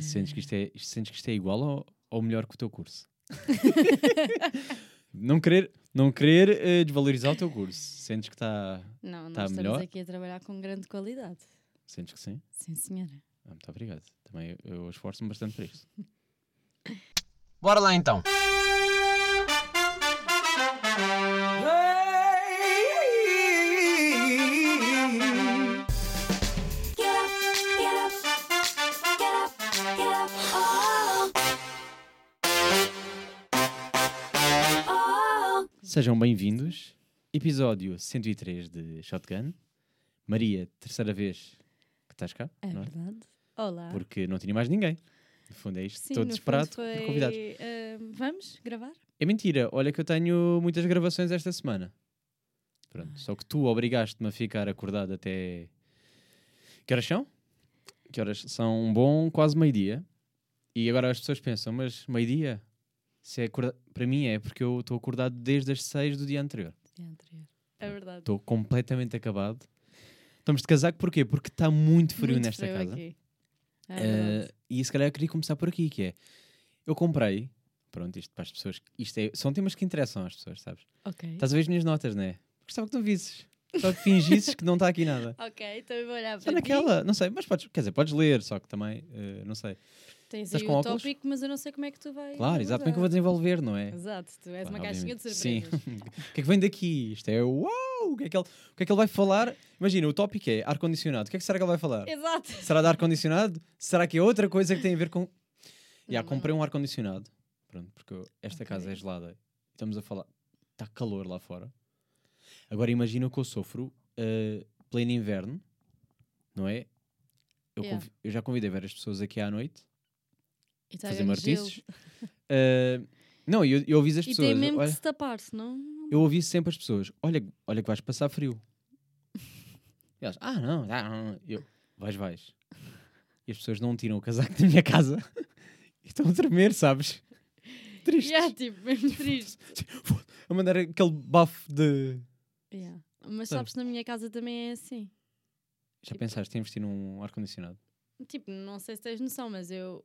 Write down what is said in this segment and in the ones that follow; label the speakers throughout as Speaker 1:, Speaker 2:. Speaker 1: Sentes que isto é, isto- sentes que isto é igual ao, ao melhor que o teu curso? não querer, não querer eh, desvalorizar o teu curso. Sentes que está.
Speaker 2: Não, nós
Speaker 1: Tá
Speaker 2: estamos
Speaker 1: melhor?
Speaker 2: aqui a trabalhar com grande qualidade.
Speaker 1: Sentes que sim?
Speaker 2: Sim, senhora.
Speaker 1: Ah, muito obrigado. Também eu, eu esforço-me bastante para isso.
Speaker 3: Bora lá então.
Speaker 1: Sejam bem-vindos. Episódio 103 de Shotgun. Maria, terceira vez que estás cá,
Speaker 2: É
Speaker 1: não é?
Speaker 2: verdade. Olá.
Speaker 1: Porque não tinha mais ninguém. No fundo é isto,
Speaker 2: Sim,
Speaker 1: estou
Speaker 2: no fundo
Speaker 1: desesperado por
Speaker 2: foi,
Speaker 1: convidados.
Speaker 2: ahm, vamos gravar?
Speaker 1: É mentira, olha que eu tenho muitas gravações esta semana. Pronto, só que tu obrigaste-me a ficar acordado até. Que horas são? Que horas são um bom quase meio-dia. E agora as pessoas pensam, mas meio-dia? Se é acorda- Para mim é porque eu estou acordado desde as seis do dia anterior.
Speaker 2: Dia anterior. É verdade.
Speaker 1: Estou completamente acabado. Estamos de casaco porquê? Porque está muito frio
Speaker 2: Muito
Speaker 1: nesta
Speaker 2: frio
Speaker 1: casa.
Speaker 2: aqui. É
Speaker 1: Eh,
Speaker 2: verdade.
Speaker 1: e se calhar eu queria começar por aqui, que é... Eu comprei... Pronto, isto para as pessoas... Isto é- são temas que interessam às pessoas, sabes?
Speaker 2: ok.
Speaker 1: Estás a ver as minhas notas, não é? Gostava que tu visses. Só que fingisses que não está aqui nada.
Speaker 2: Ok, então eu vou olhar para
Speaker 1: Está Tá naquela, não sei, mas podes, quer dizer, podes ler, só que também, eh, não sei.
Speaker 2: ti. Tens
Speaker 1: Estás
Speaker 2: aí
Speaker 1: com
Speaker 2: o
Speaker 1: óculos?
Speaker 2: tópico, mas eu não sei como é que tu vais
Speaker 1: Claro, exato, como é que eu vou desenvolver, não é?
Speaker 2: Exato, tu és
Speaker 1: Claro,
Speaker 2: uma caixinha de
Speaker 1: obviamente.
Speaker 2: surpresas.
Speaker 1: Sim. o que é que vem daqui? Isto é uau! O que é que ele, o que é que ele vai falar? Imagina, o tópico é ar-condicionado. O que é que será que ele vai falar?
Speaker 2: Exato.
Speaker 1: Será de ar-condicionado? Será que é outra coisa que tem a ver com. Já
Speaker 2: Não, não,
Speaker 1: comprei um ar-condicionado. Pronto, porque eu- esta
Speaker 2: Ok.
Speaker 1: casa é gelada. Estamos a falar. Está calor lá fora. Agora imagina o que eu sofro. eh, pleno inverno, não é? Eu,
Speaker 2: Yeah.
Speaker 1: convi- eu já convidei várias pessoas aqui à noite
Speaker 2: E
Speaker 1: a
Speaker 2: tá
Speaker 1: fazer
Speaker 2: grande
Speaker 1: martices.
Speaker 2: gelo.
Speaker 1: Eh, não, eu, eu ouvi as
Speaker 2: E
Speaker 1: pessoas.
Speaker 2: tem mesmo
Speaker 1: olha-
Speaker 2: que se tapar, senão. não-
Speaker 1: eu ouvi sempre as pessoas: olha, olha que vais passar frio. E elas: ah, não, ah, não. Eu: vais, vais. E as pessoas não tiram o casaco da minha casa e estão a tremer, sabes? Tristes.
Speaker 2: Yeah, tipo, mesmo triste.
Speaker 1: A mandar aquele bafo de.
Speaker 2: Yeah. Mas
Speaker 1: Sabe?
Speaker 2: sabes, na minha casa também é assim.
Speaker 1: Já pensaste em investir num ar-condicionado?
Speaker 2: Tipo, não sei se tens noção, mas eu,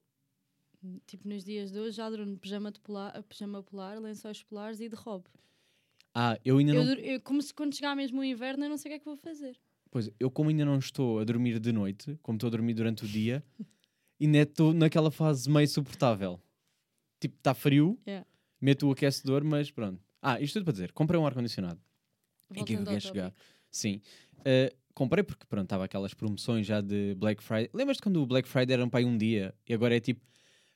Speaker 2: tipo, nos dias de hoje já durmo de pijama, de polar, pijama polar, lençóis polares e de robe.
Speaker 1: Ah, eu ainda
Speaker 2: Eu,
Speaker 1: não.
Speaker 2: dur- eu- como se quando chegar mesmo o inverno, eu não sei o que é que vou fazer.
Speaker 1: Pois, eu como ainda não estou a dormir de noite, como estou a dormir durante o dia, ainda estou naquela fase meio suportável. Tipo, está frio,
Speaker 2: Yeah.
Speaker 1: meto o aquecedor, mas pronto. Ah, isto tudo para dizer: comprei um ar-condicionado. Em que é que eu
Speaker 2: Voltando ao
Speaker 1: quero chegar? Sim. Uh, comprei porque, pronto, estava aquelas promoções já de Black Friday. Lembras-te quando o Black Friday era para aí um dia e agora é tipo,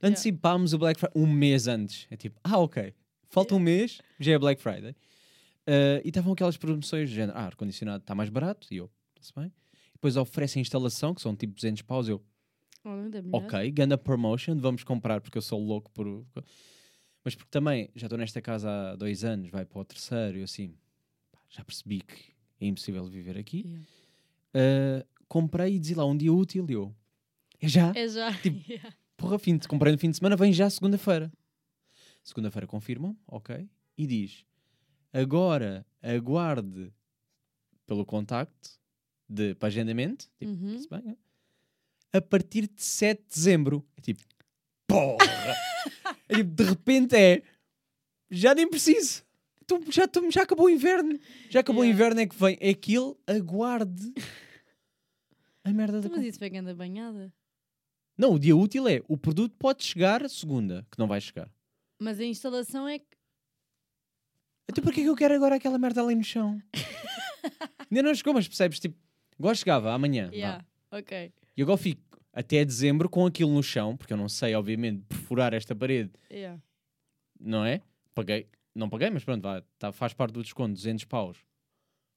Speaker 2: Yeah.
Speaker 1: antecipámos o Black Friday um mês antes. É tipo, ah, ok, falta um mês, já é Black Friday. Uh, e estavam aquelas promoções do género, ah, ar-condicionado está mais barato, e eu, está-se bem. Depois oferecem instalação, que são tipo 200 paus, eu,
Speaker 2: tópico. Oh, não dá melhor.
Speaker 1: ok, ganda promotion, vamos comprar porque eu sou louco por. Mas porque também já estou nesta casa há dois anos, vai para o terceiro, e eu assim, pá, já percebi que é impossível viver aqui.
Speaker 2: Yeah.
Speaker 1: Ah, comprei e dizia lá um dia útil, e eu, é já?
Speaker 2: É já.
Speaker 1: Tipo,
Speaker 2: Yeah.
Speaker 1: Porra, fim de, comprei no fim de semana, vem já segunda-feira. Segunda-feira confirmam, ok, e diz, agora aguarde pelo contacto de, para agendamento, tipo,
Speaker 2: Uhum.
Speaker 1: se bem, né? a partir de 7 de dezembro. É tipo, porra! é tipo, de repente é, já nem preciso. Então, já, tô- já acabou o inverno. Já acabou o
Speaker 2: Yeah.
Speaker 1: inverno, é que vem. É aquilo, aguarde. A merda da
Speaker 2: Então, Mas
Speaker 1: compra.
Speaker 2: isso foi grande banhada.
Speaker 1: Não, o dia útil é, o produto pode chegar segunda, que não vai chegar.
Speaker 2: Mas a instalação é que.
Speaker 1: Então porquê que eu quero agora aquela merda ali no chão? Ainda não chegou, mas percebes, tipo, agora chegava, amanhã. vá.
Speaker 2: Yeah. Ok.
Speaker 1: E agora fico até dezembro com aquilo no chão, porque eu não sei, obviamente, perfurar esta parede,
Speaker 2: Yeah.
Speaker 1: não é? Paguei, não paguei, mas pronto, vá, tá- faz parte do desconto, 200 paus.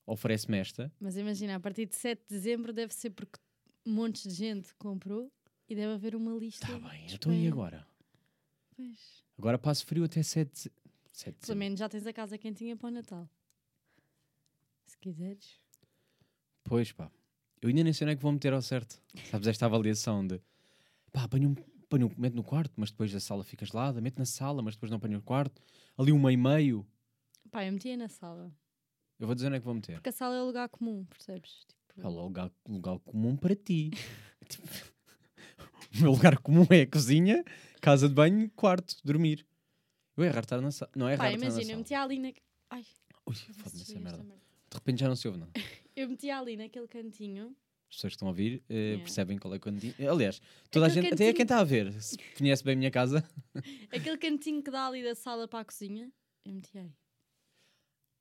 Speaker 1: Oferece-me esta.
Speaker 2: Mas imagina, a partir de 7 de dezembro deve ser porque montes de gente comprou de- e deve haver uma lista.
Speaker 1: Está bem, então e
Speaker 2: espera.
Speaker 1: agora?
Speaker 2: Pois.
Speaker 1: Agora passo frio até 7 de... 7 de
Speaker 2: Pelo
Speaker 1: dezembro.
Speaker 2: menos já tens a casa quentinha para o Natal. Se quiseres.
Speaker 1: Pois pá, eu ainda nem sei onde é que vou meter ao certo. Sabes, esta avaliação de pá, apanho um, apanho um, mete no quarto, mas depois a sala fica gelada, mete na sala, mas depois não apanho o quarto. Ali um meio meio,
Speaker 2: Pá, eu metia na sala.
Speaker 1: eu vou dizer onde é que vou meter.
Speaker 2: Porque a sala é o lugar comum, percebes? Tipo,
Speaker 1: É o lugar, lugar comum para ti. Tipo, O meu lugar comum é a cozinha, casa de banho, quarto, dormir. Eu é raro estar na sala. Não é
Speaker 2: Pá,
Speaker 1: raro estar na
Speaker 2: imagina,
Speaker 1: sala.
Speaker 2: eu meti ali na... Ai,
Speaker 1: Ui,
Speaker 2: eu vou
Speaker 1: foda-me essa
Speaker 2: destruir esta
Speaker 1: merda. De repente já não se ouve, não.
Speaker 2: Eu meti ali naquele cantinho.
Speaker 1: As pessoas que estão a ouvir eh,
Speaker 2: Yeah. É
Speaker 1: percebem qual é o cantinho. Aliás, toda a
Speaker 2: Aquele
Speaker 1: gente, até
Speaker 2: cantinho.
Speaker 1: quem está a ver, se conhece bem a minha casa,
Speaker 2: Aquele cantinho que dá ali da sala para a cozinha. Eu meti aí.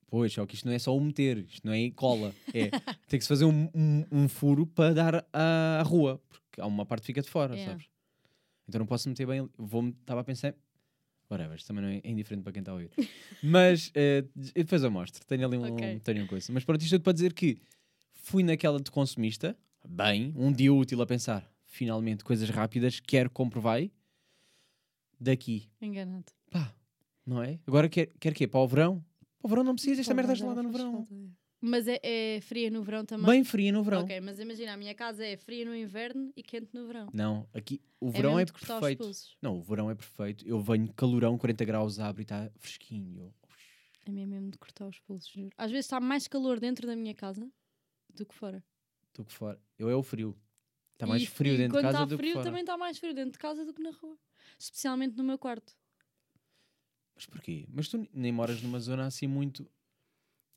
Speaker 1: Pois, só que isto não é só o meter, isto não é cola. É, tem que se fazer um, um- um furo para dar à, à rua, porque há uma parte que fica de fora,
Speaker 2: Yeah.
Speaker 1: sabes? Então não posso meter bem ali. Vou, estava a pensar. Whatever, isto também não é, é indiferente para quem está a ouvir. Mas eh, eu depois eu mostro, tenho ali um,
Speaker 2: Ok.
Speaker 1: tenho uma coisa. Mas pronto, isto é para dizer que fui naquela de consumista, bem, um dia útil a pensar, finalmente, coisas rápidas, quero, compro, vai, daqui.
Speaker 2: Enganado.
Speaker 1: Pá, não é? Agora quer, quer quê? Para o verão? Para o verão não precisas, esta
Speaker 2: Pode
Speaker 1: merda é
Speaker 2: andar,
Speaker 1: gelada no
Speaker 2: faz
Speaker 1: verão.
Speaker 2: falta. Mas é, é fria no verão também?
Speaker 1: Bem fria no verão.
Speaker 2: Ok, mas imagina, a minha casa é fria no inverno e quente no verão.
Speaker 1: Não, aqui o verão é,
Speaker 2: mesmo tipo de cortar os
Speaker 1: perfeito.
Speaker 2: pulsos.
Speaker 1: Não, o verão é perfeito. Eu venho calorão, 40 graus, abro e está fresquinho.
Speaker 2: A minha é mesmo de cortar os pulsos, juro. Às vezes está mais calor dentro da minha casa do que fora.
Speaker 1: Do que fora. Eu é o frio. Está
Speaker 2: E-
Speaker 1: mais frio
Speaker 2: e
Speaker 1: dentro de
Speaker 2: quando
Speaker 1: casa
Speaker 2: está
Speaker 1: do que
Speaker 2: frio,
Speaker 1: fora.
Speaker 2: também está mais frio dentro de casa do que na rua. Especialmente no meu quarto.
Speaker 1: Mas porquê? Mas tu nem moras numa zona assim muito.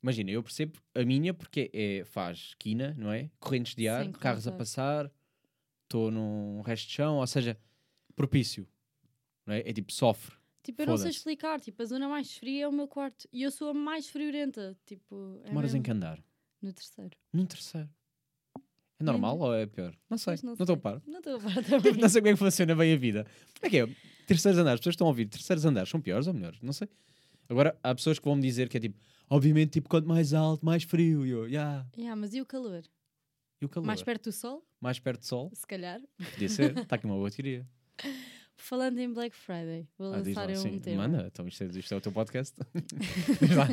Speaker 1: Imagina, eu percebo a minha porque é, faz esquina, não é? Correntes de ar,
Speaker 2: Sim,
Speaker 1: carros a
Speaker 2: correntes
Speaker 1: passar, estou num resto de chão, ou seja, propício. Não é? é tipo, sofre.
Speaker 2: Tipo, eu não sei
Speaker 1: Foda-se.
Speaker 2: explicar. Tipo, a zona mais fria é o meu quarto. E eu sou a mais friorenta. Tipo, é
Speaker 1: Tu moras em
Speaker 2: mesmo.
Speaker 1: que andar?
Speaker 2: No terceiro.
Speaker 1: Num terceiro. É normal ou é pior? Não sei,
Speaker 2: Pois
Speaker 1: não estou a par.
Speaker 2: Não estou a par
Speaker 1: Não
Speaker 2: também.
Speaker 1: sei como é que funciona bem a vida. Como é que é? Terceiros andares, as pessoas estão a ouvir, terceiros andares são piores ou melhores? Não sei. Agora, há pessoas que vão me dizer que é tipo, obviamente, tipo, quanto mais alto, mais frio. E eu, "Ya."
Speaker 2: Yeah, mas e o calor?
Speaker 1: E o calor?
Speaker 2: Mais perto do sol,
Speaker 1: mais perto do sol?
Speaker 2: se calhar.
Speaker 1: Podia ser. Está aqui uma boa teoria.
Speaker 2: Falando em Black Friday, vou
Speaker 1: Ah, diz
Speaker 2: lançar
Speaker 1: lá,
Speaker 2: eu
Speaker 1: sim.
Speaker 2: um tema.
Speaker 1: Manda, então isto é, isto é o teu podcast. diz lá.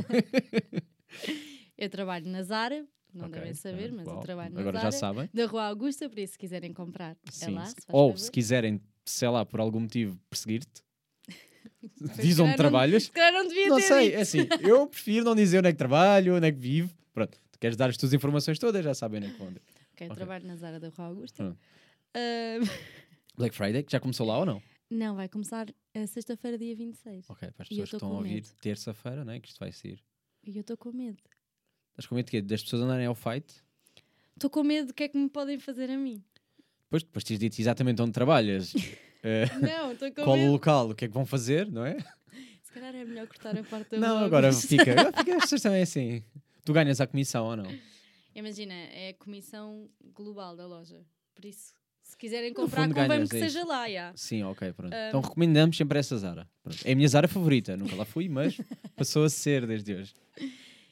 Speaker 2: Eu trabalho na Zara, não
Speaker 1: Ok,
Speaker 2: devem saber,
Speaker 1: pronto,
Speaker 2: mas
Speaker 1: uau.
Speaker 2: eu trabalho na
Speaker 1: Agora
Speaker 2: Zara.
Speaker 1: já sabem.
Speaker 2: Da Rua Augusta, por isso se quiserem comprar, é
Speaker 1: Sim.
Speaker 2: lá.
Speaker 1: se-
Speaker 2: Se faz
Speaker 1: Ou
Speaker 2: favor.
Speaker 1: se quiserem, sei lá, por algum motivo, perseguir-te,
Speaker 2: Se
Speaker 1: diz
Speaker 2: calhar
Speaker 1: onde
Speaker 2: não-
Speaker 1: trabalhas.
Speaker 2: Se calhar não devia
Speaker 1: Não
Speaker 2: ter
Speaker 1: sei,
Speaker 2: dito.
Speaker 1: é assim, eu prefiro não dizer onde é que trabalho, onde é que vivo. Pronto, tu queres dar as tuas informações todas, já sabem onde é que vão.
Speaker 2: Ok,
Speaker 1: Ok. Hum.
Speaker 2: trabalho na Zara da Rua Augusta. Ah,
Speaker 1: Pronto.
Speaker 2: Ahm,
Speaker 1: Black Friday, que já começou lá ou não?
Speaker 2: não, vai começar a sexta-feira, dia 26.
Speaker 1: Ok, para as
Speaker 2: E eu
Speaker 1: pessoas que
Speaker 2: tô
Speaker 1: estão
Speaker 2: com
Speaker 1: a ouvir,
Speaker 2: medo.
Speaker 1: terça-feira, né? Que isto vai sair.
Speaker 2: E eu estou com medo.
Speaker 1: Estás com medo de quê? Das pessoas andarem ao fight?
Speaker 2: Estou com medo do que é que me podem fazer a mim.
Speaker 1: Depois, depois tens dito exatamente onde trabalhas, eh,
Speaker 2: Não, estou com
Speaker 1: qual o
Speaker 2: medo.
Speaker 1: local, o que é que vão fazer, não é?
Speaker 2: Se calhar é melhor cortar a parte da
Speaker 1: não,
Speaker 2: Rua
Speaker 1: agora
Speaker 2: Augusta.
Speaker 1: fica. agora fica. As pessoas também assim. Tu ganhas a comissão ou não?
Speaker 2: Imagina, é a comissão global da loja. Por isso, se quiserem
Speaker 1: No
Speaker 2: comprar,
Speaker 1: fundo,
Speaker 2: convém-me
Speaker 1: ganhas,
Speaker 2: que
Speaker 1: é
Speaker 2: seja
Speaker 1: isso.
Speaker 2: lá, já.
Speaker 1: Sim, ok, pronto.
Speaker 2: Ah.
Speaker 1: Então recomendamos sempre essa Zara. Pronto. É a minha Zara favorita, nunca lá fui, mas passou a ser desde hoje.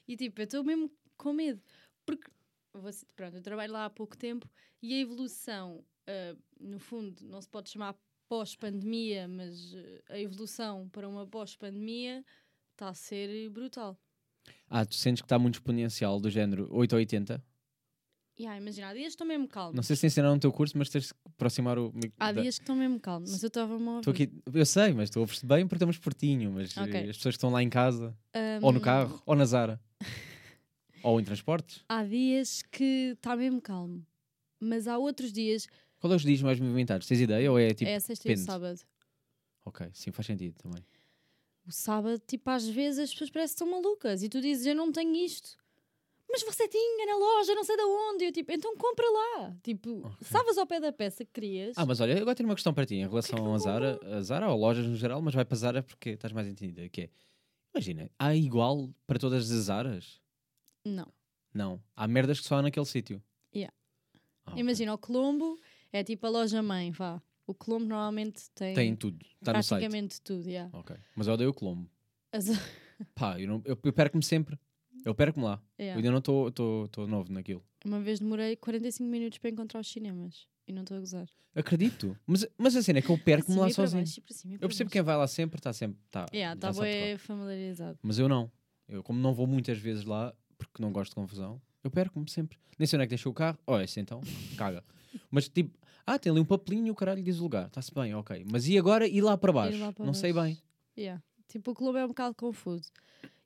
Speaker 2: E tipo, eu estou mesmo com medo. Porque, vou ci- pronto, eu trabalho lá há pouco tempo e a evolução, ah, no fundo, não se pode chamar pós-pandemia, mas ah, a evolução para uma pós-pandemia está a ser brutal.
Speaker 1: Ah, tu sentes que está muito exponencial, do género 8 a 80?
Speaker 2: E há, imagina, há dias que estou mesmo calmo.
Speaker 1: Não sei se ensinaram no teu curso, mas tens de aproximar o. mic-
Speaker 2: Há
Speaker 1: da-
Speaker 2: dias que estou mesmo calmo, mas eu estava-me a
Speaker 1: Estou
Speaker 2: ouvir.
Speaker 1: aqui, eu sei, mas tu ouves-te bem porque estamos pertinho, mas
Speaker 2: um Ok.
Speaker 1: eh, as pessoas que estão lá em casa,
Speaker 2: Ahm,
Speaker 1: ou no carro, ou na Zara, ou em transportes.
Speaker 2: Há dias que está mesmo calmo. Mas há outros dias,
Speaker 1: Qual é os dias mais movimentados? Tens ideia? Ou é tipo.
Speaker 2: é a sexta e o
Speaker 1: depende.
Speaker 2: sábado.
Speaker 1: Ok, sim, faz sentido também.
Speaker 2: O sábado, tipo, às vezes as pessoas parecem que estão malucas e tu dizes, eu não tenho isto. Mas você tinha na loja, não sei de onde. Eu tipo, então compra lá. Tipo,
Speaker 1: Ok.
Speaker 2: estavas ao pé da peça que querias.
Speaker 1: Ah, mas olha, eu agora tenho uma questão para ti em relação a Zara, a Zara ou lojas no geral, mas vai para Zara porque estás mais entendida. Que é, imagina, há igual para todas as Zaras?
Speaker 2: Não.
Speaker 1: Não. Há merdas que só há naquele sítio.
Speaker 2: Yeah.
Speaker 1: Ah, ok.
Speaker 2: Imagina, o Colombo é tipo a loja mãe, vá. O Colombo normalmente tem,
Speaker 1: Tem tudo. Está no site.
Speaker 2: praticamente tudo, yeah.
Speaker 1: Ok. Mas eu odeio o Colombo.
Speaker 2: As-
Speaker 1: Pá, eu, não- eu, eu perco-me sempre. Eu perco-me lá. Eu
Speaker 2: yeah.
Speaker 1: ainda não estou novo naquilo.
Speaker 2: Uma vez demorei 45 minutos para encontrar os cinemas. E não estou a gozar.
Speaker 1: Acredito. Mas, mas a cena é que eu perco-me
Speaker 2: Para
Speaker 1: lá
Speaker 2: cima e para
Speaker 1: sozinho.
Speaker 2: baixo, e para cima e para
Speaker 1: Eu percebo que
Speaker 2: baixo.
Speaker 1: quem vai lá sempre está sempre. Tá,
Speaker 2: Yeah,
Speaker 1: já
Speaker 2: tá
Speaker 1: sabe de
Speaker 2: bué
Speaker 1: cor.
Speaker 2: familiarizado.
Speaker 1: Mas eu não. Eu, como não vou muitas vezes lá, porque não gosto de confusão, eu perco-me sempre. Nem sei onde é que deixou o carro. Oh, esse então, caga. Mas tipo, ah, tem ali um papelinho e o caralho diz o lugar. Está-se bem, ok. Mas e agora ir lá para baixo?
Speaker 2: Ir lá para
Speaker 1: não sei
Speaker 2: baixo.
Speaker 1: bem.
Speaker 2: Yeah. Tipo, o clube é um bocado confuso.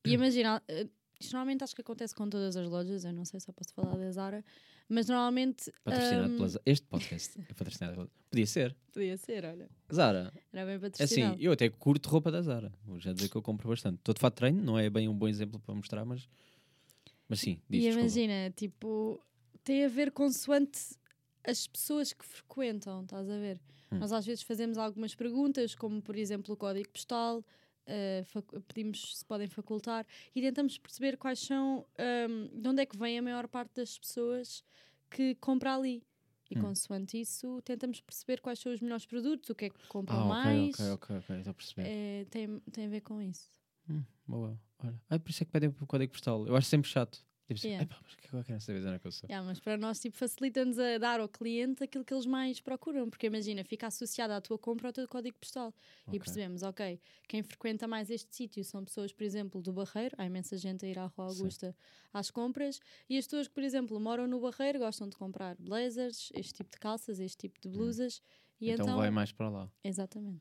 Speaker 2: E imagina, eh, isto normalmente acho que acontece com todas as lojas, eu não sei se eu posso falar da Zara, Mas normalmente.
Speaker 1: Patrocinado
Speaker 2: hum,
Speaker 1: pelas. Este podcast é patrocinado pelas. Podia ser.
Speaker 2: Podia ser, olha.
Speaker 1: Zara,
Speaker 2: Era bem
Speaker 1: é assim,
Speaker 2: patrocinado.
Speaker 1: eu até curto roupa da Zara. Vou já dizer que eu compro bastante. Estou de fato de treino, não é bem um bom exemplo para mostrar, mas. Mas sim, diz,
Speaker 2: e
Speaker 1: desculpa.
Speaker 2: imagina, tipo, tem a ver consoante as pessoas que frequentam, estás a ver?
Speaker 1: Hum.
Speaker 2: Nós às vezes fazemos algumas perguntas, como por exemplo o código postal, eh, facu- pedimos se podem facultar e tentamos perceber quais são, ahm, de onde é que vem a maior parte das pessoas que compra ali. E
Speaker 1: Hum.
Speaker 2: consoante isso, tentamos perceber quais são os melhores produtos, o que é que compram
Speaker 1: Ah, ok,
Speaker 2: mais.
Speaker 1: ok, ok, ok, estou a perceber.
Speaker 2: Eh, tem, tem a ver com isso.
Speaker 1: Boa, olha. Ai, por isso é que pedem o código postal. Eu acho sempre chato. Tipo assim,
Speaker 2: Yeah.
Speaker 1: "Epá, mas o que é que eu quero saber da Zara que eu sou?
Speaker 2: Yeah, mas para nós tipo, facilita-nos a dar ao cliente aquilo que eles mais procuram, porque imagina, fica associada à tua compra ao teu código postal.
Speaker 1: Ok.
Speaker 2: E percebemos, ok, quem frequenta mais este sítio são pessoas, por exemplo, do Barreiro, há imensa gente a ir à Rua
Speaker 1: Sim.
Speaker 2: Augusta às compras, e as pessoas que, por exemplo, moram no Barreiro gostam de comprar blazers, este tipo de calças, este tipo de blusas, e
Speaker 1: Hum. Então,
Speaker 2: então.
Speaker 1: vai mais para lá.
Speaker 2: Exatamente.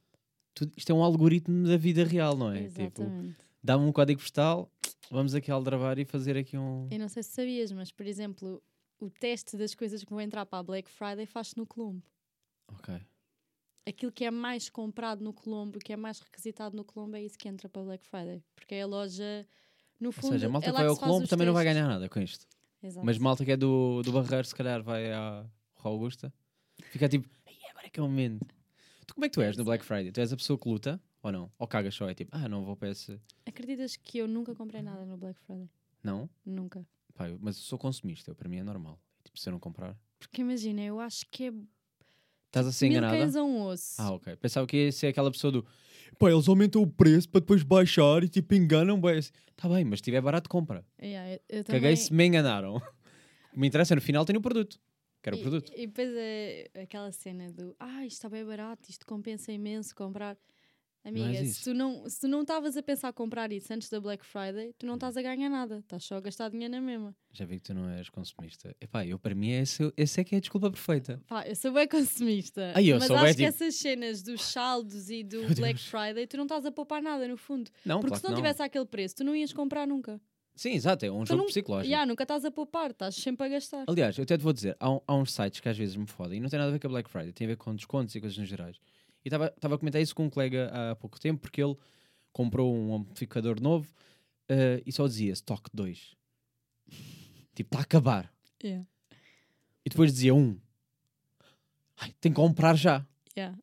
Speaker 1: Tudo- isto é um algoritmo da vida real, não é? Tipo,
Speaker 2: exatamente.
Speaker 1: dá-me um código postal, vamos aqui aldrabar e fazer aqui um.
Speaker 2: Eu não sei se sabias, mas, por exemplo, o teste das coisas que vão entrar para a Black Friday faz-se no Colombo.
Speaker 1: Ok.
Speaker 2: aquilo que é mais comprado no Colombo, que é mais requisitado no Colombo, é isso que entra para Black Friday. Porque é a loja, no
Speaker 1: Ou
Speaker 2: fundo.
Speaker 1: seja, a malta que
Speaker 2: é lá
Speaker 1: vai
Speaker 2: que
Speaker 1: ao
Speaker 2: se faz
Speaker 1: Colombo
Speaker 2: os
Speaker 1: também não vai
Speaker 2: testes.
Speaker 1: ganhar nada com isto.
Speaker 2: Exato.
Speaker 1: Mas malta que é do, do Barreiro, se calhar vai à Rua Augusta, fica tipo, "Ai, agora é que é o momento. Tu como é que tu és no Black Friday? Tu és a pessoa que luta ou não? Ou cagas só? É tipo, ah, não vou para esse.
Speaker 2: Acreditas que eu nunca comprei nada no Black Friday?
Speaker 1: Não?
Speaker 2: Nunca.
Speaker 1: Pá, eu- mas eu sou consumista, eu, para mim é normal. Tipo, se eu não comprar.
Speaker 2: Porque imagina, eu acho que é
Speaker 1: Estás a ser
Speaker 2: mil
Speaker 1: enganada?
Speaker 2: cães a um osso.
Speaker 1: Ah, ok. Pensava que ia ser aquela pessoa do pá, eles aumentam o preço para depois baixar e tipo enganam. bué." Tá bem, mas se tiver barato, compra.
Speaker 2: Yeah, eu, eu
Speaker 1: Caguei
Speaker 2: também...
Speaker 1: se me enganaram. O que me interessa é no final tenho o produto. Quero o
Speaker 2: E-
Speaker 1: produto.
Speaker 2: E, depois é aquela cena do ah, isto está bem barato, isto compensa imenso comprar. Amiga,
Speaker 1: és
Speaker 2: se
Speaker 1: isso.
Speaker 2: tu não se tu não estavas a pensar comprar isso antes da Black Friday,
Speaker 1: Hum.
Speaker 2: tu não estás a ganhar nada, estás só a gastar dinheiro na mesma.
Speaker 1: Já vi que tu não és consumista. Epá, eu para mim esse, esse é que é a desculpa perfeita.
Speaker 2: Pá, eu sou bem consumista.
Speaker 1: Ai, eu
Speaker 2: mas
Speaker 1: sou
Speaker 2: acho
Speaker 1: bué
Speaker 2: que
Speaker 1: tipo-
Speaker 2: essas cenas dos saldos e do
Speaker 1: Meu
Speaker 2: Black
Speaker 1: Deus.
Speaker 2: Friday, tu não estás a poupar nada, no fundo.
Speaker 1: Não,
Speaker 2: Porque
Speaker 1: claro
Speaker 2: se não,
Speaker 1: que não.
Speaker 2: tivesse aquele preço, tu não ias comprar nunca.
Speaker 1: Sim, exato, é um
Speaker 2: tu
Speaker 1: jogo
Speaker 2: não...
Speaker 1: psicológico.
Speaker 2: Yeah, nunca estás a poupar, estás sempre a gastar.
Speaker 1: Aliás, eu até te vou dizer, há, um- há uns sites que às vezes me fodem e não tem nada a ver com a Black Friday, tem a ver com descontos e coisas nos gerais. E estava a comentar isso com um colega há pouco tempo, porque ele comprou um amplificador novo eh, e só dizia stock 2. Tipo, está a acabar.
Speaker 2: Yeah.
Speaker 1: E depois dizia 1. Um. Ai, tem que comprar já.
Speaker 2: Yeah.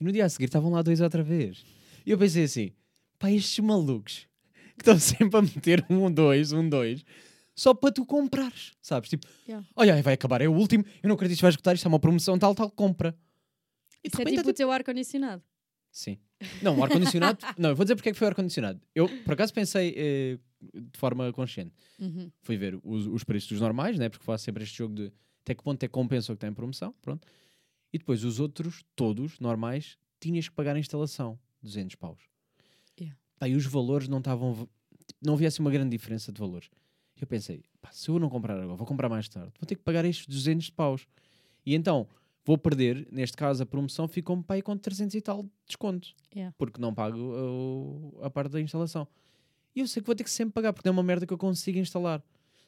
Speaker 1: E no dia a seguir estavam lá dois outra vez. E eu pensei assim: pá, estes malucos que estão sempre a meter um, dois, um, dois, só para tu comprares, sabes? Tipo,
Speaker 2: Yeah.
Speaker 1: olha, ai, vai acabar, é o último, eu não acredito que vai esgotar, isto é uma promoção, tal, tal, compra. E de
Speaker 2: Isso é
Speaker 1: repente
Speaker 2: tipo
Speaker 1: é
Speaker 2: o teu ar-condicionado.
Speaker 1: Sim. Não, o ar-condicionado. não, eu vou dizer porque é que foi o ar-condicionado. Eu, por acaso, pensei eh, de forma consciente.
Speaker 2: Uhum.
Speaker 1: Fui ver os, os preços dos normais, né? Porque faço sempre este jogo de até que ponto é que compensa o que tem em promoção, pronto. E depois os outros, todos, normais, tinhas que pagar a instalação, 200 paus.
Speaker 2: Yeah.
Speaker 1: Pá, e os valores não estavam... v- tipo, Não havia assim uma grande diferença de valores. E Eu pensei, pá, se eu não comprar agora, vou comprar mais tarde, vou ter que pagar estes 200 de paus. E então, vou perder, neste caso, a promoção, ficou-me pá, aí com 300 e tal de desconto.
Speaker 2: Yeah.
Speaker 1: Porque não pago uh, a parte da instalação. E eu sei que vou ter que sempre pagar, porque não é uma merda que eu consiga instalar.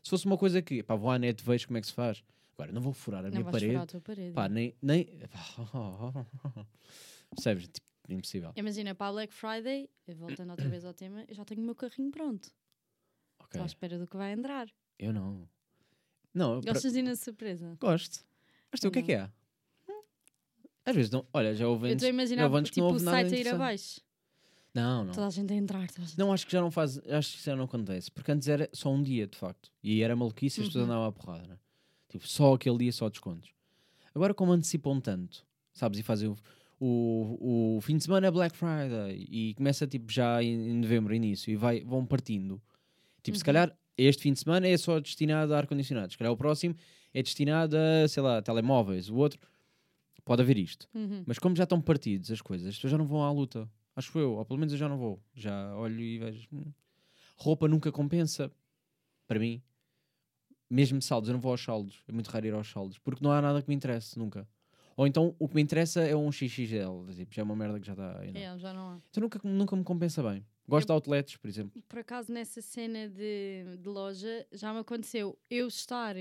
Speaker 1: Se fosse uma coisa que, pá, vou à net, vejo como é que se faz. Agora, não vou furar a
Speaker 2: Não
Speaker 1: minha
Speaker 2: vais
Speaker 1: parede.
Speaker 2: furar a tua parede.
Speaker 1: Pá, nem. nem... Percebes? Tipo, impossível.
Speaker 2: Imagina, para a Black Friday, voltando outra vez ao tema, eu já tenho o meu carrinho pronto.
Speaker 1: Ok.
Speaker 2: Estou à espera do que vai entrar.
Speaker 1: Eu não. Não, eu pra-
Speaker 2: Gostas de ir na surpresa?
Speaker 1: gosto. Mas tu, o que é
Speaker 2: Não.
Speaker 1: que é? Às vezes não. Olha, já houve
Speaker 2: Eu
Speaker 1: antes.
Speaker 2: estou a imaginar
Speaker 1: houve antes que
Speaker 2: tipo,
Speaker 1: não
Speaker 2: o
Speaker 1: houve nada
Speaker 2: site a ir
Speaker 1: interessante.
Speaker 2: abaixo.
Speaker 1: Não, não.
Speaker 2: Toda a gente a entrar. Toda a gente...
Speaker 1: Não, acho que já não faz. Acho que já não acontece. Porque antes era só um dia, de facto. E era maluquice e as pessoas andavam à porrada, né? Tipo, só aquele dia, só descontos. Agora, como antecipam tanto, sabes? E fazem o, o, o fim de semana é Black Friday e começa tipo já em, em novembro, início, e vai, vão partindo. Tipo, se calhar este fim de semana é só destinado a ar-condicionado, se calhar o próximo é destinado a, sei lá, telemóveis, o outro. Pode haver isto.
Speaker 2: Uhum.
Speaker 1: Mas como já estão partidos as coisas, as pessoas já não vão à luta. Acho eu, ou pelo menos eu já não vou. Já olho e vejo. hum. Roupa nunca compensa, para mim. Mesmo saldos, eu não vou aos saldos. É muito raro ir aos saldos, porque não há nada que me interesse, nunca. Ou então o que me interessa é um XXL, tipo, já é uma merda que já está. aí, não.
Speaker 2: Yeah, já não há.
Speaker 1: Então nunca, nunca me compensa bem. Gosto de outlets, por exemplo.
Speaker 2: Por acaso, nessa cena de, de loja, já me aconteceu eu estar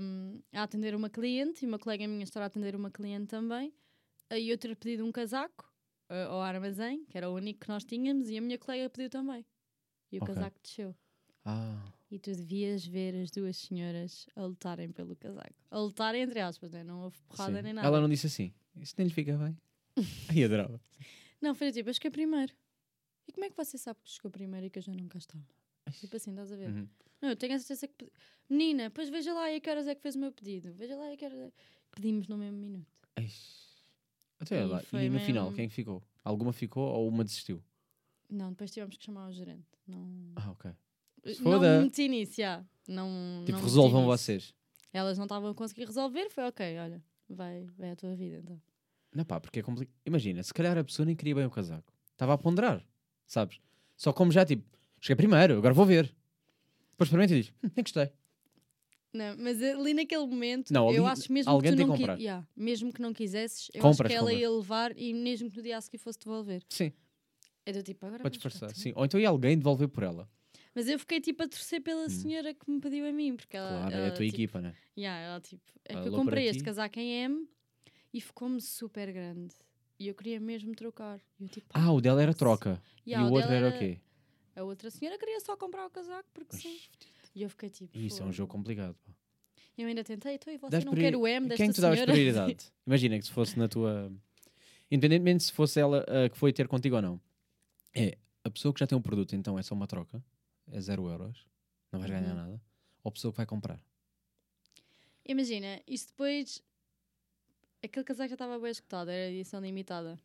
Speaker 2: hum, a atender uma cliente e uma colega minha estar a atender uma cliente também, aí eu ter pedido um casaco eh, ao armazém, que era o único que nós tínhamos, e a minha colega pediu também. E o
Speaker 1: Ok.
Speaker 2: casaco desceu.
Speaker 1: Ah,
Speaker 2: E tu devias ver as duas senhoras a lutarem pelo casaco. A lutarem entre aspas, né? não houve porrada
Speaker 1: sim.
Speaker 2: nem nada.
Speaker 1: Ela não disse assim. Isso nem lhe fica bem. Ai, adorava.
Speaker 2: Não, foi tipo, eu cheguei primeiro. E como é que você sabe que chegou primeiro e que eu já nunca estava? Tipo assim, estás a ver?
Speaker 1: Uhum.
Speaker 2: Não, eu tenho a certeza que. pedi- Menina, pois veja lá e a que horas é que fez o meu pedido. Veja lá e a que horas é. Pedimos no mesmo minuto.
Speaker 1: Ai. Até
Speaker 2: Aí
Speaker 1: Então, lá.
Speaker 2: foi
Speaker 1: E no final,
Speaker 2: mesmo-
Speaker 1: quem é ficou? Alguma ficou ou uma desistiu?
Speaker 2: Não, depois tivemos que chamar o gerente. Não.
Speaker 1: Ah, ok.
Speaker 2: Não
Speaker 1: Foda.
Speaker 2: me meti nisso, já. Não,
Speaker 1: Tipo,
Speaker 2: não me
Speaker 1: resolvam
Speaker 2: meti nisso.
Speaker 1: vocês.
Speaker 2: Elas não estavam a conseguir resolver, foi ok, olha, vai, vai à tua vida então.
Speaker 1: Não pá, porque é complicado. Imagina, se calhar a pessoa nem queria bem o casaco. Estava a ponderar, sabes? Só como já, tipo, cheguei primeiro, agora vou ver. Depois experimenta e diz, "Hum, nem gostei.
Speaker 2: Não, mas ali naquele momento,
Speaker 1: Não, ali
Speaker 2: eu acho mesmo
Speaker 1: alguém
Speaker 2: que tu
Speaker 1: tem
Speaker 2: não
Speaker 1: que
Speaker 2: qui-
Speaker 1: comprar.
Speaker 2: Yeah, mesmo que não quisesses, eu
Speaker 1: Compras,
Speaker 2: acho que ela
Speaker 1: compras.
Speaker 2: ia levar e mesmo que no dia a seguir fosse devolver.
Speaker 1: Sim,
Speaker 2: É do tipo, agora
Speaker 1: para
Speaker 2: vais buscar
Speaker 1: disfarçar.
Speaker 2: tu.
Speaker 1: Sim. Ou então ia alguém devolver por ela.
Speaker 2: Mas eu fiquei tipo a torcer pela senhora que me pediu a mim, porque ela.
Speaker 1: Hum. Claro, é a
Speaker 2: ela,
Speaker 1: tua
Speaker 2: tipo,
Speaker 1: equipa, né?
Speaker 2: yeah, ela tipo, é
Speaker 1: Ela
Speaker 2: que
Speaker 1: olhou
Speaker 2: eu
Speaker 1: para
Speaker 2: comprei este
Speaker 1: ti.
Speaker 2: casaco em M e ficou-me super grande. E eu queria mesmo trocar. E eu tipo,
Speaker 1: Ah, o dela era troca.
Speaker 2: Yeah,
Speaker 1: e o
Speaker 2: o
Speaker 1: outro era
Speaker 2: dela
Speaker 1: o
Speaker 2: era-
Speaker 1: quê?
Speaker 2: a outra senhora queria só comprar o casaco porque sim. E eu fiquei tipo.
Speaker 1: Isso é um
Speaker 2: "Fogo."
Speaker 1: jogo complicado. pá.
Speaker 2: Eu ainda tentei, então e você
Speaker 1: Dás
Speaker 2: não
Speaker 1: priori-
Speaker 2: quer o M desta
Speaker 1: Quem é tu davas
Speaker 2: senhora?
Speaker 1: prioridade? Imagina que se fosse na tua. Independentemente se fosse ela a que foi ter contigo ou não. É a pessoa que já tem um produto, então é só uma troca, é zero euros, não vais ganhar
Speaker 2: Uhum.
Speaker 1: nada. Ou a pessoa que vai comprar.
Speaker 2: Imagina, isso depois. Aquele casaco já estava bem escutado, era edição limitada.